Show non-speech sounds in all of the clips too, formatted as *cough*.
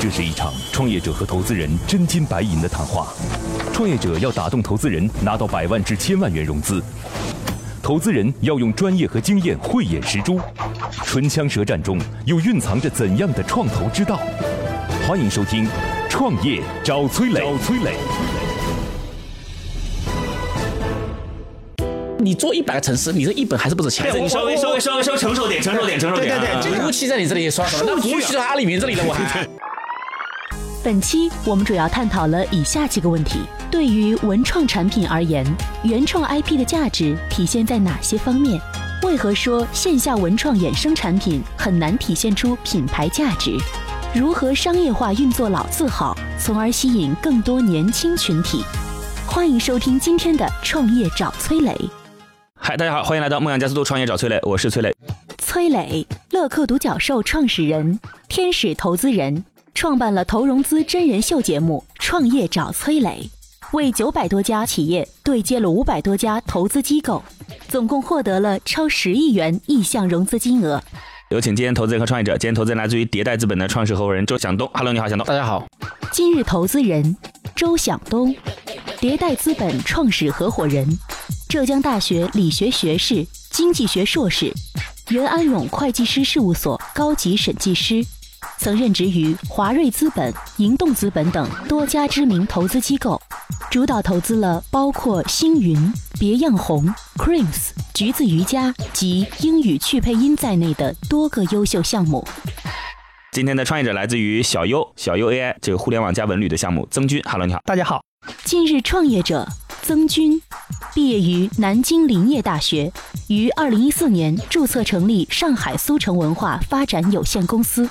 这是一场创业者和投资人真金白银的谈话。创业者要打动投资人，拿到百万至千万元融资；投资人要用专业和经验慧眼识珠。唇枪舌战中，又蕴藏着怎样的创投之道？欢迎收听《创业找崔磊》。找崔磊。你做一百个城市，你这一本还是不值钱。 *laughs* 对，你哎稍微稍微稍微稍微承受点，承受点，承受对点对啊。对，服务器在你这里也算什么？那服务器在阿里云这里呢，我 *laughs* 还。本期我们主要探讨了以下几个问题：对于文创产品而言，原创 IP 的价值体现在哪些方面？为何说线下文创衍生产品很难体现出品牌价值？如何商业化运作老字号，从而吸引更多年轻群体？欢迎收听今天的《创业找崔磊》。嗨，大家好，欢迎来到梦想加速度创业找崔磊，我是崔磊。崔磊，乐客独角兽创始人、天使投资人，创办了投融资真人秀节目《创业找崔磊》，为九百多家企业对接了五百多家投资机构，总共获得了超十亿元意向融资金额。有请今天投资人和创业者，今天投资人来自于迭代资本的创始合伙人周向东。Hello，你好，向东。大家好，今日投资人周向东，迭代资本创始合伙人，浙江大学理学学士、经济学硕士，任安永会计师事务所高级审计师，曾任职于华瑞资本、银动资本等多家知名投资机构，主导投资了包括星云、别样红、Creams、橘子瑜伽及英语去配音在内的多个优秀项目。今天的创业者来自于小优，小优 AI 这个互联网加文旅的项目，曾军。Hello，你好。大家好，近日创业者曾军，毕业于南京林业大学，于二零一四年注册成立上海苏城文化发展有限公司。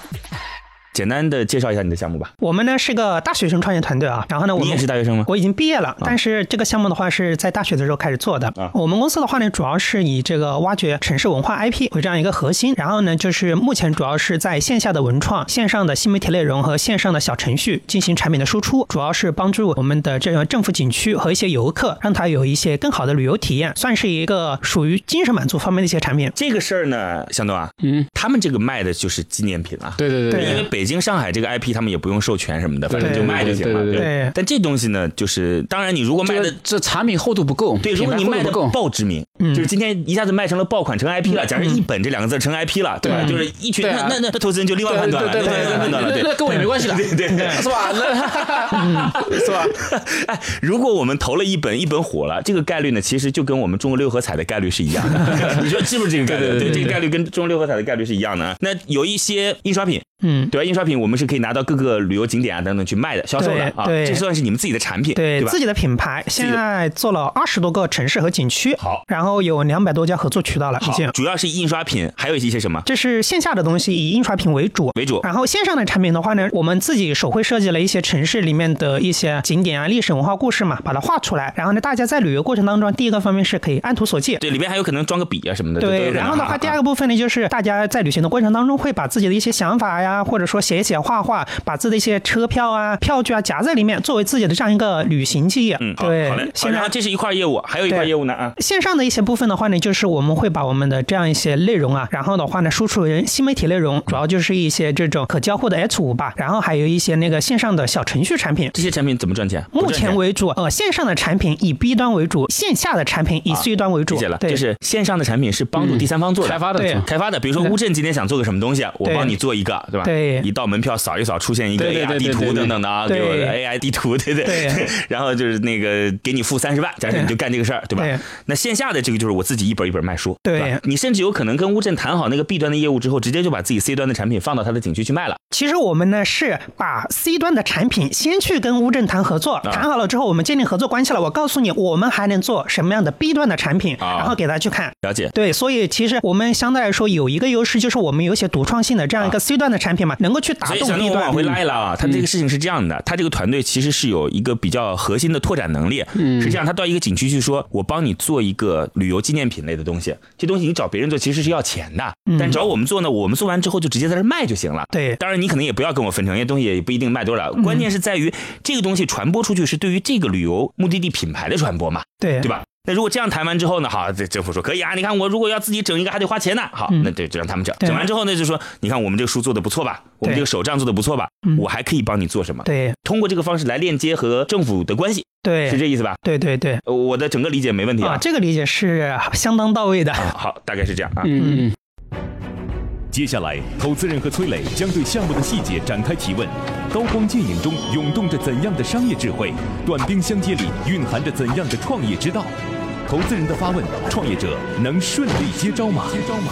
简单的介绍一下你的项目吧。我们呢是个大学生创业团队啊，然后呢，我你也们是大学生吗？我已经毕业了，但是这个项目的话是在大学的时候开始做的啊。我们公司的话呢，主要是以这个挖掘城市文化 IP 为这样一个核心，然后呢，就是目前主要是在线下的文创、线上的新媒体内容和线上的小程序进行产品的输出，主要是帮助我们的这种政府景区和一些游客，让他有一些更好的旅游体验，算是一个属于精神满足方面的一些产品。这个事儿呢，向东啊，嗯，他们这个卖的就是纪念品啊。对对对因为北京、上海这个 IP 他们也不用授权什么的，反正对就卖就行了。对对对对但这东西呢，就是当然你如果卖这的个这产品厚度不够，对，如品果牌你厚卖度的不够，嗯爆知名，就是今天一下子卖成了爆款，成 IP 了。假如一本这两个字成 IP 了，对吧？嗯就是一群对那啊那那那投资人就另外判断了，对另对外判对断了，对，那跟我也没关系了，对对对。是吧？那 *laughs* 是吧？ *laughs* 哎，如果我们投了一本，一本火了，这个概率呢，其实就跟我们中了六合彩的概率是一样的。 *laughs* 你说是不是这个概率？对，这个概率跟中六合彩的概率是一样的啊。那有一些印刷品，嗯。对吧？印刷品我们是可以拿到各个旅游景点啊等等去卖的、销售的啊，对对这算是你们自己的产品，对吧自？己的品牌，己的现在做了二十多个城市和景区，好，然后有两百多家合作渠道了，已好经，。主要是印刷品，还有一些什么这是线下的东西，以印刷品为主。为主？然后线上的产品的话呢，我们自己手绘设计了一些城市里面的一些景点啊、历史文化故事嘛，把它画出来。然后呢，大家在旅游过程当中，第一个方面是可以按图索骥。对，里边还有可能装个笔啊什么的。都对，有可能然后的啊话，第二个部分呢，就是大家在旅行的过程当中，会把自己的一些想法呀，或者说写一写、画画，把自己的一些车票啊、票据啊夹在里面，作为自己的这样一个旅行记忆。嗯，好，好嘞好对，。现然后在这是一块业务，还有一块对业务呢啊。线上的一些部分的话呢，就是我们会把我们的这样一些内容啊，然后的话呢，输出人新媒体内容，主要就是一些这种可交互的 H 五吧，然后还有一些那个线上的小程序产品。这些产品怎么赚钱？不目赚钱前为主，呃，线上的产品以 B 端为主，线下的产品以 C 端为主。啊理解了，对，就是线上的产品是帮助第三方做的。开发的对开发的，比如说乌镇今天想做个什么东西，啊我帮你做一个，对吧？对你到门票扫一扫，出现一个对对 AI 对对地图对对等等的啊，对给我的 AI 地图，对对对。 *laughs* 然后就是那个给你付三十万，假设对你就干这个事儿，对吧对？那线下的这个就是我自己一本一本卖书，对吧你甚至有可能跟乌镇谈好那个 B 端的业务之后，直接就把自己 C 端的产品放到他的景区去卖了。其实我们呢是把 C 端的产品先去跟乌镇谈合作，啊谈好了之后，我们建立合作关系了。我告诉你，我们还能做什么样的 B 端的产品，啊然后给大家去看。了解。对，所以其实我们相对来说有一个优势，就是我们有一些独创性的这样一个 C 端的产品嘛，能够去打啊所以动小 B 东，我端往。回拉一拉啊，他嗯这个事情是这样的，他这个团队其实是有一个比较核心的拓展能力，嗯是这样，他到一个景区去说，我帮你做一个旅游纪念品类的东西，这东西你找别人做其实是要钱的，但找我们做呢，我们做完之后就直接在这儿卖就行了。嗯对嗯当然你可能也不要跟我分成，因为东西也不一定卖多少，关键是在于这个东西传播出去是对于这个旅游目的地品牌的传播嘛，对对吧？那如果这样谈完之后呢？好，这政府说可以啊，你看我如果要自己整一个还得花钱呢。好，那对，就让他们整。嗯对整完之后呢，就说你看我们这个书做的不错吧，我们这个手账做的不错吧，嗯我还可以帮你做什么？对通过这个方式来链接和政府的关系，对是这意思吧？对对对呃我的整个理解没问题啊，这个理解是相当到位的。好，大概是这样啊。嗯，接下来，投资人和崔磊将对项目的细节展开提问。刀光剑影中涌动着怎样的商业智慧？短兵相接里蕴含着怎样的创业之道？投资人的发问，创业者能顺利接招吗？接招吗？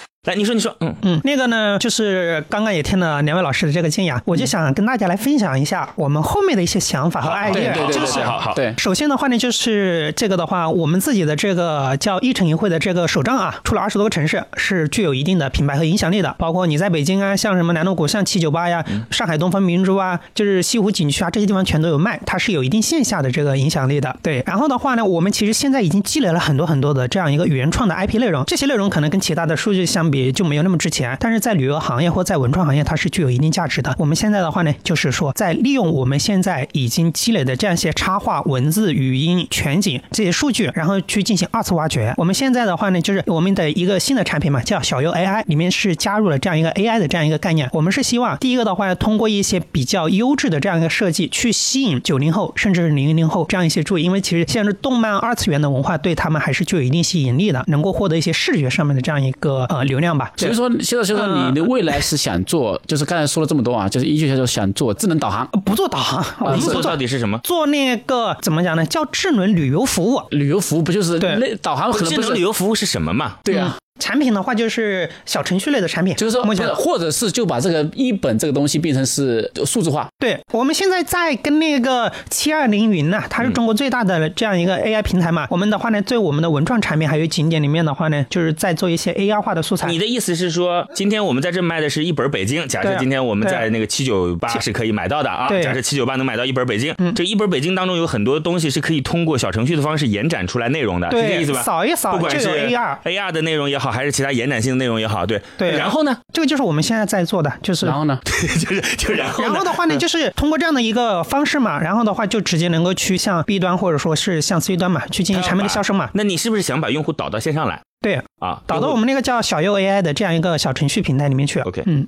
来，你说，你说，嗯，嗯，那个呢，就是刚刚也听了两位老师的这个建议啊，嗯我就想跟大家来分享一下我们后面的一些想法和对 idea。啊对对对对就对，是好好对，首先的话呢，就是这个的话，我们自己的这个叫一城一会的这个手账啊，出了二十多个城市，是具有一定的品牌和影响力的。包括你在北京啊，像什么南锣鼓巷七九八呀、上海东方明珠啊，就是西湖景区啊，这些地方全都有卖，它是有一定线下的这个影响力的。对，然后的话呢，我们其实现在已经积累了很多很多的这样一个原创的 IP 内容，这些内容可能跟其他的数据相比就没有那么值钱，但是在旅游行业或在文创行业，它是具有一定价值的。我们现在的话呢，就是说在利用我们现在已经积累的这样一些插画、文字、语音、全景这些数据，然后去进行二次挖掘。我们现在的话呢，就是我们的一个新的产品嘛，叫小优 AI，里面是加入了这样一个 AI 的这样一个概念。我们是希望第一个的话呢，通过一些比较优质的这样一个设计，去吸引九零后甚至是零零后这样一些注意，因为其实现在动漫二次元的文化对他们还是具有一定吸引力的，能够获得一些视觉上面的这样一个呃流量吧。所以说，现在就说你的未来是想做，就是刚才说了这么多啊，就是依据来说想做智能导航、不做导 *laughs* 航，我你们啊不说做到底是什么？做那个怎么讲呢？叫智能旅游服务。旅游服务，不就是对类导航可能智不能旅是游服务是什么嘛？对啊，产品的话就是小程序类的产品，就是说目不前是，或者是就把这个一本这个东西变成是数字化，对我们现在在跟那个七二零云呐、它是中国最大的这样一个 AI 平台嘛。我们的话呢，对我们的文创产品还有景点里面的话呢，就是在做一些 AR 化的素材。你的意思是说，今天我们在这卖的是一本北京，假对设啊今天我们对啊在那个七九八是可以买到的啊，对嗯假设七九八能买到一本北京，这一本北京当中有很多东西是可以通过小程序的方式延展出来内容的，是对这个意思吧？扫一扫不管是就有 AR AR 的内容也好，还是其他延展性的内容也好，对对然后呢，这个就是我们现在在做的，就是然后呢，就是就然后然呢后的 *laughs* 话呢，就是通过这样的一个方式嘛，然后的话就直接能够去向 B 端或者说是向 C 端嘛，去进行产品的销售嘛。那你是不是想把用户导到线上来对，啊？导到我们那个叫小右 AI 的这样一个小程序平台里面去。 OK 嗯，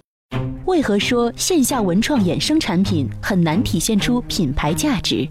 为何说线下文创衍生产品很难体现出品牌价值？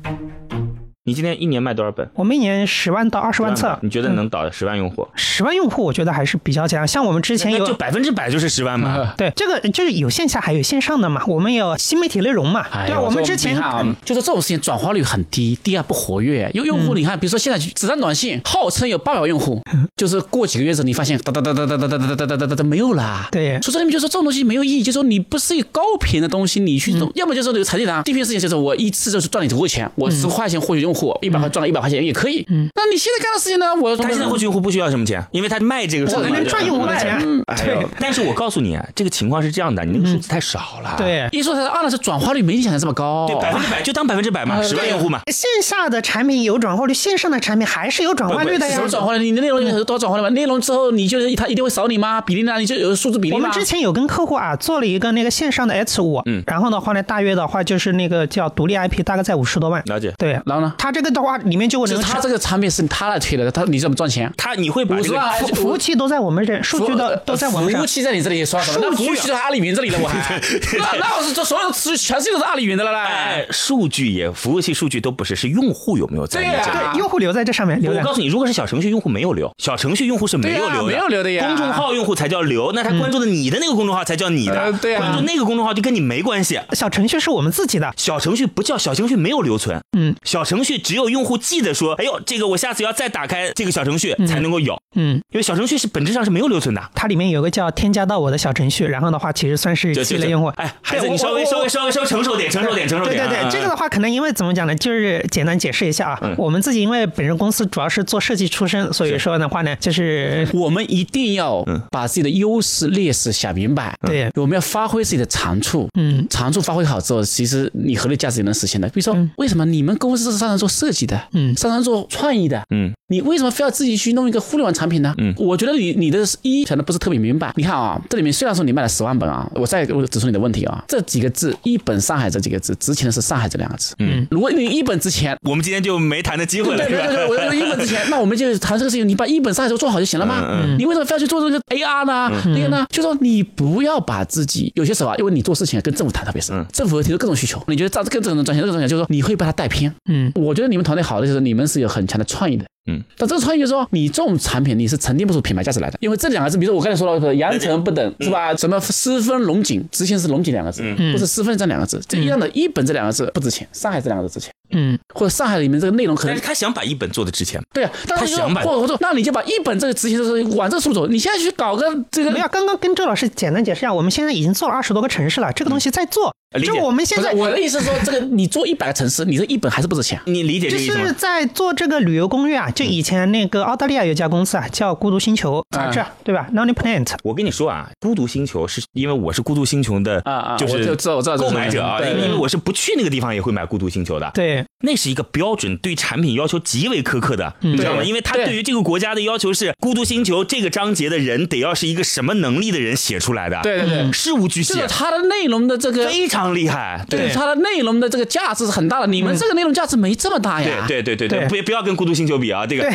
你今天一年卖多少本？嗯我们一年十万到二十万册，你觉得能导十万用户？十万用户，我觉得还是比较简单。像我们之前那有就百分之百就是十万嘛。对，这个就是有线下还有线上的嘛，我们有新媒体内容嘛，哎对吧？呦我们之前嗯你看啊，就是这种事情转化率很低，第二不活跃，因为用户你看，比如说现在子弹短信号称有八百万用户，就是过几个月之后你发现哒哒哒哒哒哒哒哒哒哒哒哒哒没有啦。对所以说你们就说这种东西没有意义，就说你不是有高频的东西，你去懂，要么就是有产地档。第一件事情就是我一次就是赚你足够钱，我十块钱获取用户，一百块赚了一百块钱也可以。嗯，那你现在干的事情呢？我他现在获取用户不需要什么钱，因为他卖这个数我字还嘛能对赚吧用户的钱，哎呦，但是我告诉你，啊这个情况是这样的，你那个嗯数字太少了。对。一说它是二呢是转化率没你想的这么高，对，百分之百就当百分之百啊嘛，十万用户嘛。线下的产品有转化率，线上的产品还是有转化率的呀哎什。么转化率？你的内容有多少转化率嘛？内容之后你就是它一定会少你吗？比例呢？你就有数字比例我吗？们之前有跟客户啊做了一个那个线上的 H 五，嗯，然后的话呢，大约的话就是那个叫独立 IP，大概在五十多万。了解对，然后呢？它这个的话里面就就能啊是他这个产品是他来推的，他你怎么赚钱？他你会把这50万个还是服务器都在我们这，数据呃都都在我们服上务。器在你这里也刷什么？那数据啊服务器都在阿里云这里的，*laughs* 我还 *laughs* 那那我是这所有的词全世界都是阿里云的了哎嘞。数据也服务器数据都不是，是用户有没有在对啊你呀这里？对，用户留在这上面，留我在告诉你，如果是小程序用户没有留，小程序用户是没有对呀留的，啊没有留的呀公众号用户才叫留，那他关注的你的那个公众号才叫你的，呃对呀关注那个公众号就跟你没关系。小程序是我们自己的，小程序不叫小程序，没有留存。嗯，小程序却只有用户记得说，哎呦，这个我下次要再打开这个小程序才能够有，嗯，因为小程序是本质上是没有留存的。它里面有个叫“添加到我的小程序”，然后的话其实算是就积就累就用户。哎，孩子，对你我稍微我稍微稍微稍微成熟点，成熟点，成熟对点。对对嗯，这个的话，可能因为怎么讲呢，就是简单解释一下啊。我们自己因为本身公司主要是做设计出身，所以说的话呢，就是我们一定要嗯把自己的优势劣势想明白，嗯对我们要发挥自己的长处，嗯，长处发挥好之后，其实你核对价值也能实现的。比如说，为什么你们公司是擅长做设计的，嗯擅长做创意的，嗯，你为什么非要自己去弄一个互联网产品呢？嗯我觉得你你的一想的不是特别明白。你看啊，这里面虽然说你卖了十万本啊，我再我指出你的问题啊，这几个字“一本上海”这几个字值钱的是“上海”这两个字。嗯，如果你一本值钱，我们今天就没谈的机会对了，是对对对，我吧？就说一本之前，那我们就谈这个事情，你把一本上海都做好就行了嘛。嗯你为什么非要去做这个 AR 呢？那个呢？就说你不要把自己有些时候啊，因为你做事情跟政府谈，特别嗯是、政府会提出各种需求，你觉得这跟这个人赚钱，这个人赚钱，就是说你会把它带偏。嗯我觉得你们团队好的就是你们是有很强的创意的。嗯，但这个创意就是说，你这种产品你是沉淀不出品牌价值来的，因为这两个字，比如说我刚才说到扬长不等嗯是吧？什么私分龙井，值钱是龙井两个字，不是私分这两个字。这一样的，一本这两个字不值钱，上海这两个字值钱，嗯或者上海里面这个内容可但能是他想把一本做的值钱，对啊，但他是就想买或或者说，那你就把一本这个执行的是往这个速度走，你现在去搞个这个没有，刚刚跟周老师简单解释一下，我们现在已经做了二十多个城市了，这个东西在做，呃理解就我们现不是在我的意思是说，这个你做一百个城市，你这一本还是不值钱。你理解这就个意思吗是？在做这个旅游攻略啊，就以前那个澳大利亚有家公司啊，叫《孤独星球》杂志啊，对吧？Lonely Planet，我跟你说啊，孤独星球是因为我是孤独星球的啊啊就我是就知道我知道这个购买者啊，东西因为对因为我是不去那个地方也会买孤独星球的，对，那是一个标准对产品要求极为苛刻的，你知道吗？嗯对因为他对对于这个国家的要求是孤独星球这个章节的人得要是一个什么能力的人写出来的，对对对嗯事无巨就是细，它的内容的这个，非常厉害，对它的内容的这个价值是很大的。你们这个内容价值没这么大呀。嗯对对对对，对不不要跟孤独星球比啊，这个对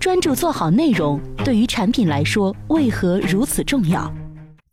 专注做好内容，对于产品来说为何如此重要？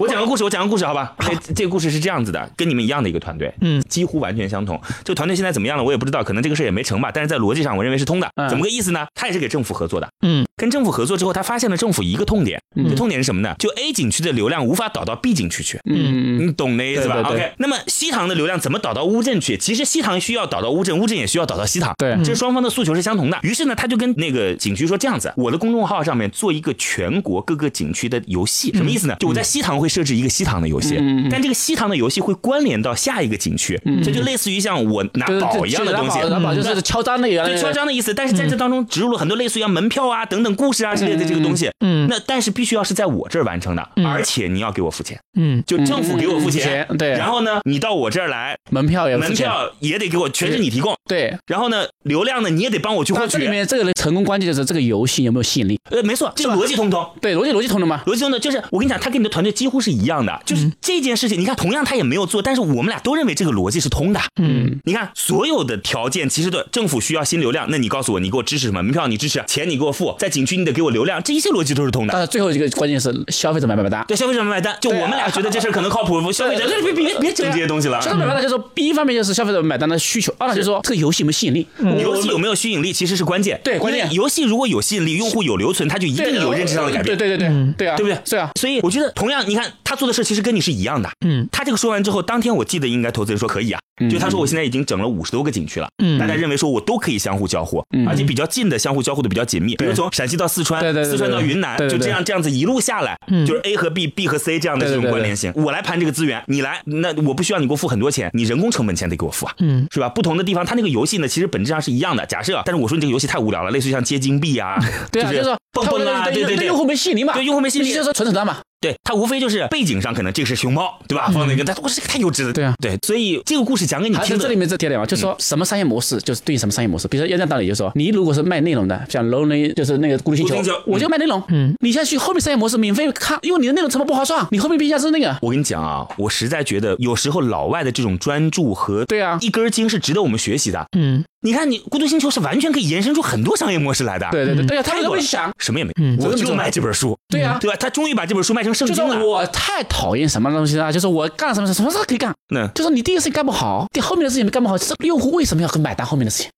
我讲个故事，我讲个故事，好吧？这这个故事是这样子的，跟你们一样的一个团队，嗯，几乎完全相同。这个团队现在怎么样了，我也不知道，可能这个事儿也没成吧。但是在逻辑上，我认为是通的嗯。怎么个意思呢？他也是给政府合作的，嗯，跟政府合作之后，他发现了政府一个痛点，这痛点是什么呢？就 A 景区的流量无法导到 B 景区去，嗯，嗯你懂那意思吧对对对？OK，那么西塘的流量怎么导到乌镇去？其实西塘需要导到乌镇，乌镇也需要导到西塘。对这双方的诉求是相同的。于是呢，他就跟那个景区说这样子：我的公众号上面做一个全国各个景区的游戏，嗯什么意思呢？就我在西塘会设置一个西塘的游戏，但这个西塘的游戏会关联到下一个景区，这就类似于像我拿就是宝一样的东西嗯嗯就是。拿宝就是敲章的原来对，敲章的意思，但是在这当中植入了很多类似于像门票啊、等等故事啊之类的这个东西。嗯那但是必须要是在我这儿完成的，而且你要给我付钱。嗯就政府给我付嗯钱嗯，嗯对然后呢，你到我这儿来，门票也不门值钱，票也得给我，全是你提供。对。然后呢，流量呢，你也得帮我去获啊但这里取。面这个成功关键就是这个游戏有没有吸引力？呃，没错，这个逻辑通通。对，逻辑逻辑通了吗？逻辑通的，就是我跟你讲，他跟你的团队几乎是一样的，嗯就是这件事情，你看，同样他也没有做，但是我们俩都认为这个逻辑是通的。嗯你看，所有的条件其实对政府需要新流量，那你告诉我，你给我支持什么？门票你支持，钱你给我付，在景区你得给我流量，这一切逻辑都是通的。但是最后一个关键是消费者买不买单。对，消费者买单，就啊我们俩觉得这事儿可能靠谱，消费者别别别别整这些东西了。嗯消费者买啊单就是说，一方面就是消费者买单的需求，二呢就是说这个游戏有没有吸引力。游戏有没有吸引力其实是关键，对因为关键游戏如果有吸引力，用户有留存，他就一定有认知上的改变，对对对对，对啊，对不对？是啊，所以我觉得同样，你看他做的事其实跟你是一样的。嗯他这个说完之后，当天我记得应该投资人说可以啊，就他说我现在已经整了五十多个景区了，嗯大家认为说我都可以相互交互，而且比较近的相互交互的比较紧密，比如从陕西到四川嗯对对，对对四川到云南，对对就对嗯这样这样子一路下来，就是 A 和 B，B 和 C 这样的这对对种对关联性。我来盘这个资源，你来，那我不需要你给我付很多钱，你人工成本钱得给我付啊，嗯是吧？不同的地方，它那个游戏呢，其实本质上是一样的。假设，但是我说你这个游戏太无聊了，类似于像接金币 *laughs* 啊，对啊，就就是是说蹦蹦啊，他对对对对，用户没吸引力嘛，对用户没吸引力就是说纯扯淡嘛。对它无非就是背景上可能这个是熊猫，对吧？放那个，但我这个太幼稚了。嗯对啊对，所以这个故事讲给你还是听嗯这里的。面这点点嘛，就是说什么商业模式就是对应什么商业模式。比如说要这样道理，就是说你如果是卖内容的，像 Lonely 就是那个孤独星孤独星球球，我就卖内容。嗯，你现在去后面商业模式免费看，因为你的内容成本不划算，你后面变价是那个。我跟你讲啊，我实在觉得有时候老外的这种专注和对啊一根筋是值得我们学习的。嗯你看，你《孤独星球》是完全可以延伸出很多商业模式来的。对对嗯对，对啊呀，他太们多都了会想，什么也没，嗯我我怎么就知道卖这本书，对啊呀对吧？他终于把这本书卖成圣就是经了。我太讨厌什么东西了，就是我干什么事什么事都可以干，那就是你第一个事情干不好，第后面的事情没干不好，这用户为什么要买单后面的事情？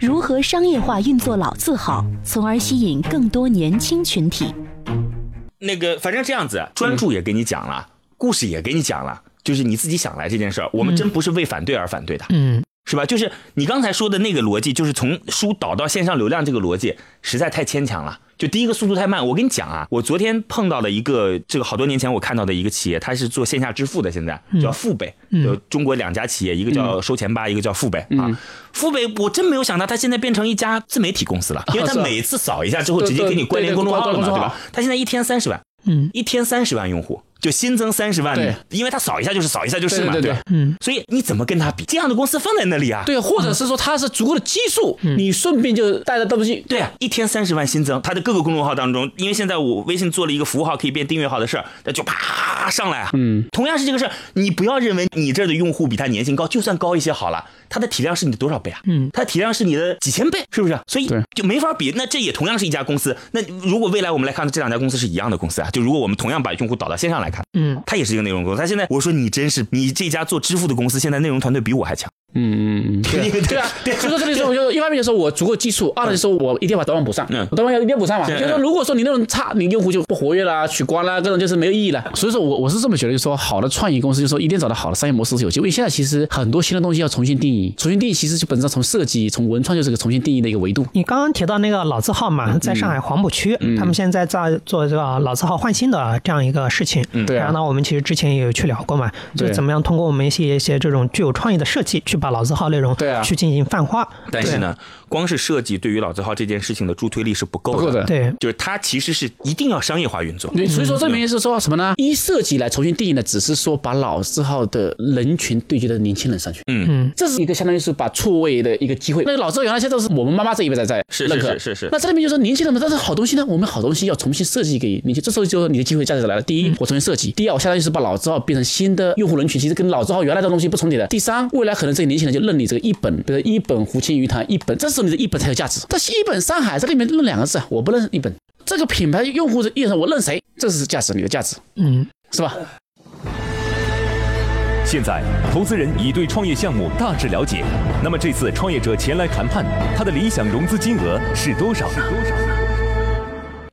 如何商业化运作老字号，从而吸引更多年轻群体？那个，反正这样子，专注也给你讲了，故事也给你讲了，就是你自己想来这件事儿，我们真不是为反对而反对的。嗯，是吧？就是你刚才说的那个逻辑，就是从书导到线上流量这个逻辑，实在太牵强了。就第一个速度太慢，我跟你讲啊，我昨天碰到了一个这个好多年前我看到的一个企业，它是做线下支付的，现在嗯叫父辈，呃，中国两家企业，一个叫收钱吧，一个叫父辈嗯啊。父辈，我真没有想到它现在变成一家自媒体公 *laughs* 司了，因为它是啊每次扫一下之后，直接对对给你关联对对公众号了嘛，关对公众吧号？它现在一天三十万，嗯，一天三十万用户，就新增三十万对，因为它扫一下就是扫一下就是嘛，对对对吧嗯，所以你怎么跟他比？这样的公司放在那里啊？对，或者是说它是足够的基数，你顺便就带着东西。对啊，一天三十万新增，他的各个公众号当中，因为现在我微信做了一个服务号可以变订阅号的事儿，那就啪上来啊。嗯，同样是这个事儿，你不要认为你这儿的用户比他年薪高，就算高一些好了，他的体量是你的多少倍啊？嗯，他的体量是你的几千倍，是不是？所以对就没法比。那这也同样是一家公司，那如果未来我们来看这两家公司是一样的公司啊，就如果我们同样把用户导到线上来看，嗯，它也是一个内容公司。它现在我说你真是，你这家做支付的公司现在内容团队比我还强。嗯嗯嗯，对对啊，所以说这里说，我就一方面就说我足够基数，二呢就是我一定要把短板补上嗯，我短板要一定要补上嘛。是就是说，如果说你内容差，你用户就不活跃啦、取关啦，各种就是没有意义了。所以说我我是这么觉得，就是说好的创意公司，就是说一定找到好的商业模式是有机会。因为现在其实很多新的东西要重新定义，重新定义其实就本质上从设计、从文创就是个重新定义的一个维度。你刚刚提到那个老字号嘛，在上海黄浦区，他们现在在做这个老字号换新的这样一个事情。对啊然后呢，我们其实之前也有去聊过嘛，就对怎么样通过我们一些一些这种具有创意的设计，去把老字号内容对啊去进行泛化。但是呢，光是设计对于老字号这件事情的助推力是不够的，不够的对，就是它其实是一定要商业化运作。对，所以说这里面是说什么呢？一设计来重新定义呢，只是说把老字号的人群对接到年轻人上去，嗯这是一个相当于是把错位的一个机会。那个老字号原来现在都是我们妈妈这一辈在在是认可是是是是那这里面就说年轻人嘛，但是好东西呢，我们好东西要重新设计给年轻，这时候就你的机会价值来了。第一，嗯我重新设计；第二，我相当于是把老字号变成新的用户人群，其实跟老字号原来的东西不重叠的。第三，未来可能这些年轻人就认你这个一本，比如一本胡青鱼塘一本，这时候你的一本才有价值。但是一本上海这里面认两个字，我不认一本。这个品牌用户的意识，我认谁，这是价值，你的价值嗯，是吧？现在，投资人已对创业项目大致了解。那么这次创业者前来谈判，他的理想融资金额是多少？是多少？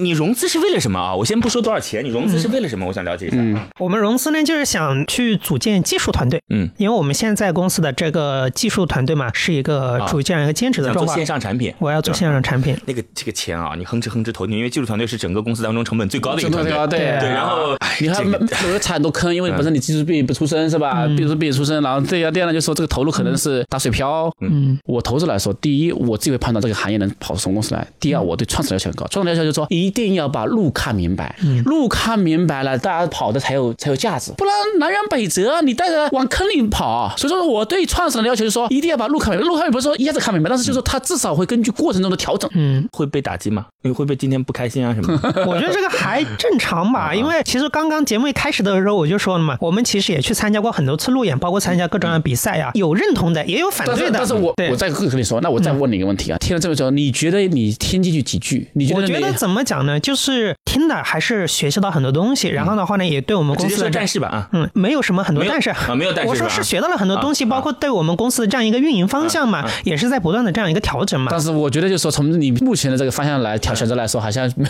你融资是为了什么啊？我先不说多少钱，你融资是为了什么？我想了解一下。我们融资呢，就是想去组建技术团队。嗯，因为我们现在公司的这个技术团队嘛，是一个处于这样一个兼职的啊想状做况线。上产品，我要做线上产品，那个这个钱啊，你哼哧哼哧投进去，因为技术团队是整个公司当中成本最高的一个团队。对啊对，然后哎你这还个没 *laughs* 有的踩很多坑，因为本身你技术背景不出身嗯是吧？技术背景出身，然后对呀，第二呢，就是说这个投入可能是打水漂。嗯，我投资来说，第一我自己会判断这个行业能跑出什么公司来；第嗯二，我对创始人要求很高。创始人要求就是说，一定要把路看明白，嗯路看明白了，大家跑的才有才有价值，不然南辕北辙，你带着往坑里跑。所以说，我对创始人的要求就是说，一定要把路看明白。路看明白不是说一下子看明白，但是就是说他至少会根据过程中的调整。嗯，会被打击吗？你会不会今天不开心啊什么 *laughs* 的？ *laughs* 我觉得这个还正常 *laughs* 啊吧，因为其实刚刚节目一开始的时候我就说了嘛，我们其实也去参加过很多次路演，包括参加各种各样的比赛呀、嗯有认同的，也有反但哎对是，的。但是我对嗯我再跟你说，那我再问你一个问题啊，听了这么久，你觉得你听进去几句？你觉我得觉得你怎么讲呢？就是听的还是学习到很多东西，然后的话呢，也对我们直公接司说的战士吧啊！嗯，没有什么很多没有但是啊没有但是我说是吧是学到了很多东西，啊包括对我们公司的这样一个运营方向嘛，也是在不断的这样一个调整嘛但。是我觉得就是说，从你目前的这个方向来挑选择来说，好像 *laughs* 我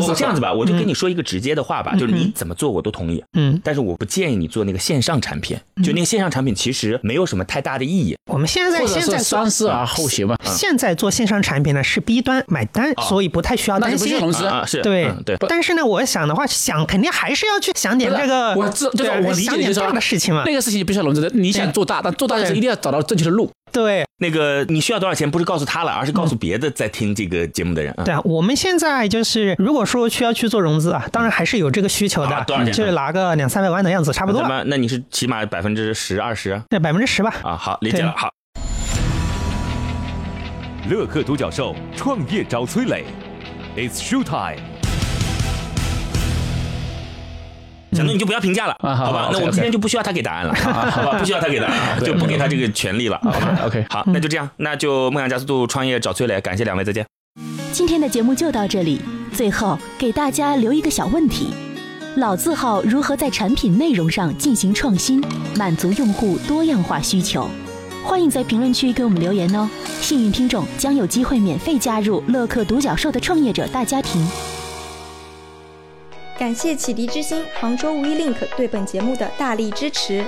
哦我这样子吧，我就跟你说一个直接的话吧，就是你怎么做我都同意，嗯，但是我不建议你做那个线上产品，就那个线上产品其实没有什么太大的意义。我们现在或者现在做是三思而后行吧。现在做线上产品呢是 B 端买单，所以不太需要那担就不心是同时。啊，是对嗯对，但是呢，我想的话，想肯定还是要去想点不是这个，我知就是对我理解想你点就是说大的事情嘛那。个事情你必须要融资的，你想做大，但做大的时候啊对一定要找到正确的路。对那个你需要多少钱，不是告诉他了，而是告诉别的在听这个节目的人嗯啊。对啊，我们现在就是如果说需要去做融资啊，当然还是有这个需求啊的多少钱，就是拿个两三百万的样子差不多那了，么那你是起码百分之十二十那百分之十吧。啊？好，理解了。对好，乐客独角兽创业找崔磊，It's show time。小东你就不要评价了，啊好好吧？好那我们 OK，OK 今天就不需要他给答案了，好吧？不需要他给答案，啊就不给他这个权利了，好吧 *laughs* OK 好，那就这样，那就梦想加速度创业找崔磊，感谢两位，再见。今天的节目就到这里。最后给大家留一个小问题：老字号如何在产品内容上进行创新，满足用户多样化需求？欢迎在评论区给我们留言哦。幸运听众将有机会免费加入乐客独角兽的创业者大家庭。感谢启迪之星、杭州无一 link 对本节目的大力支持。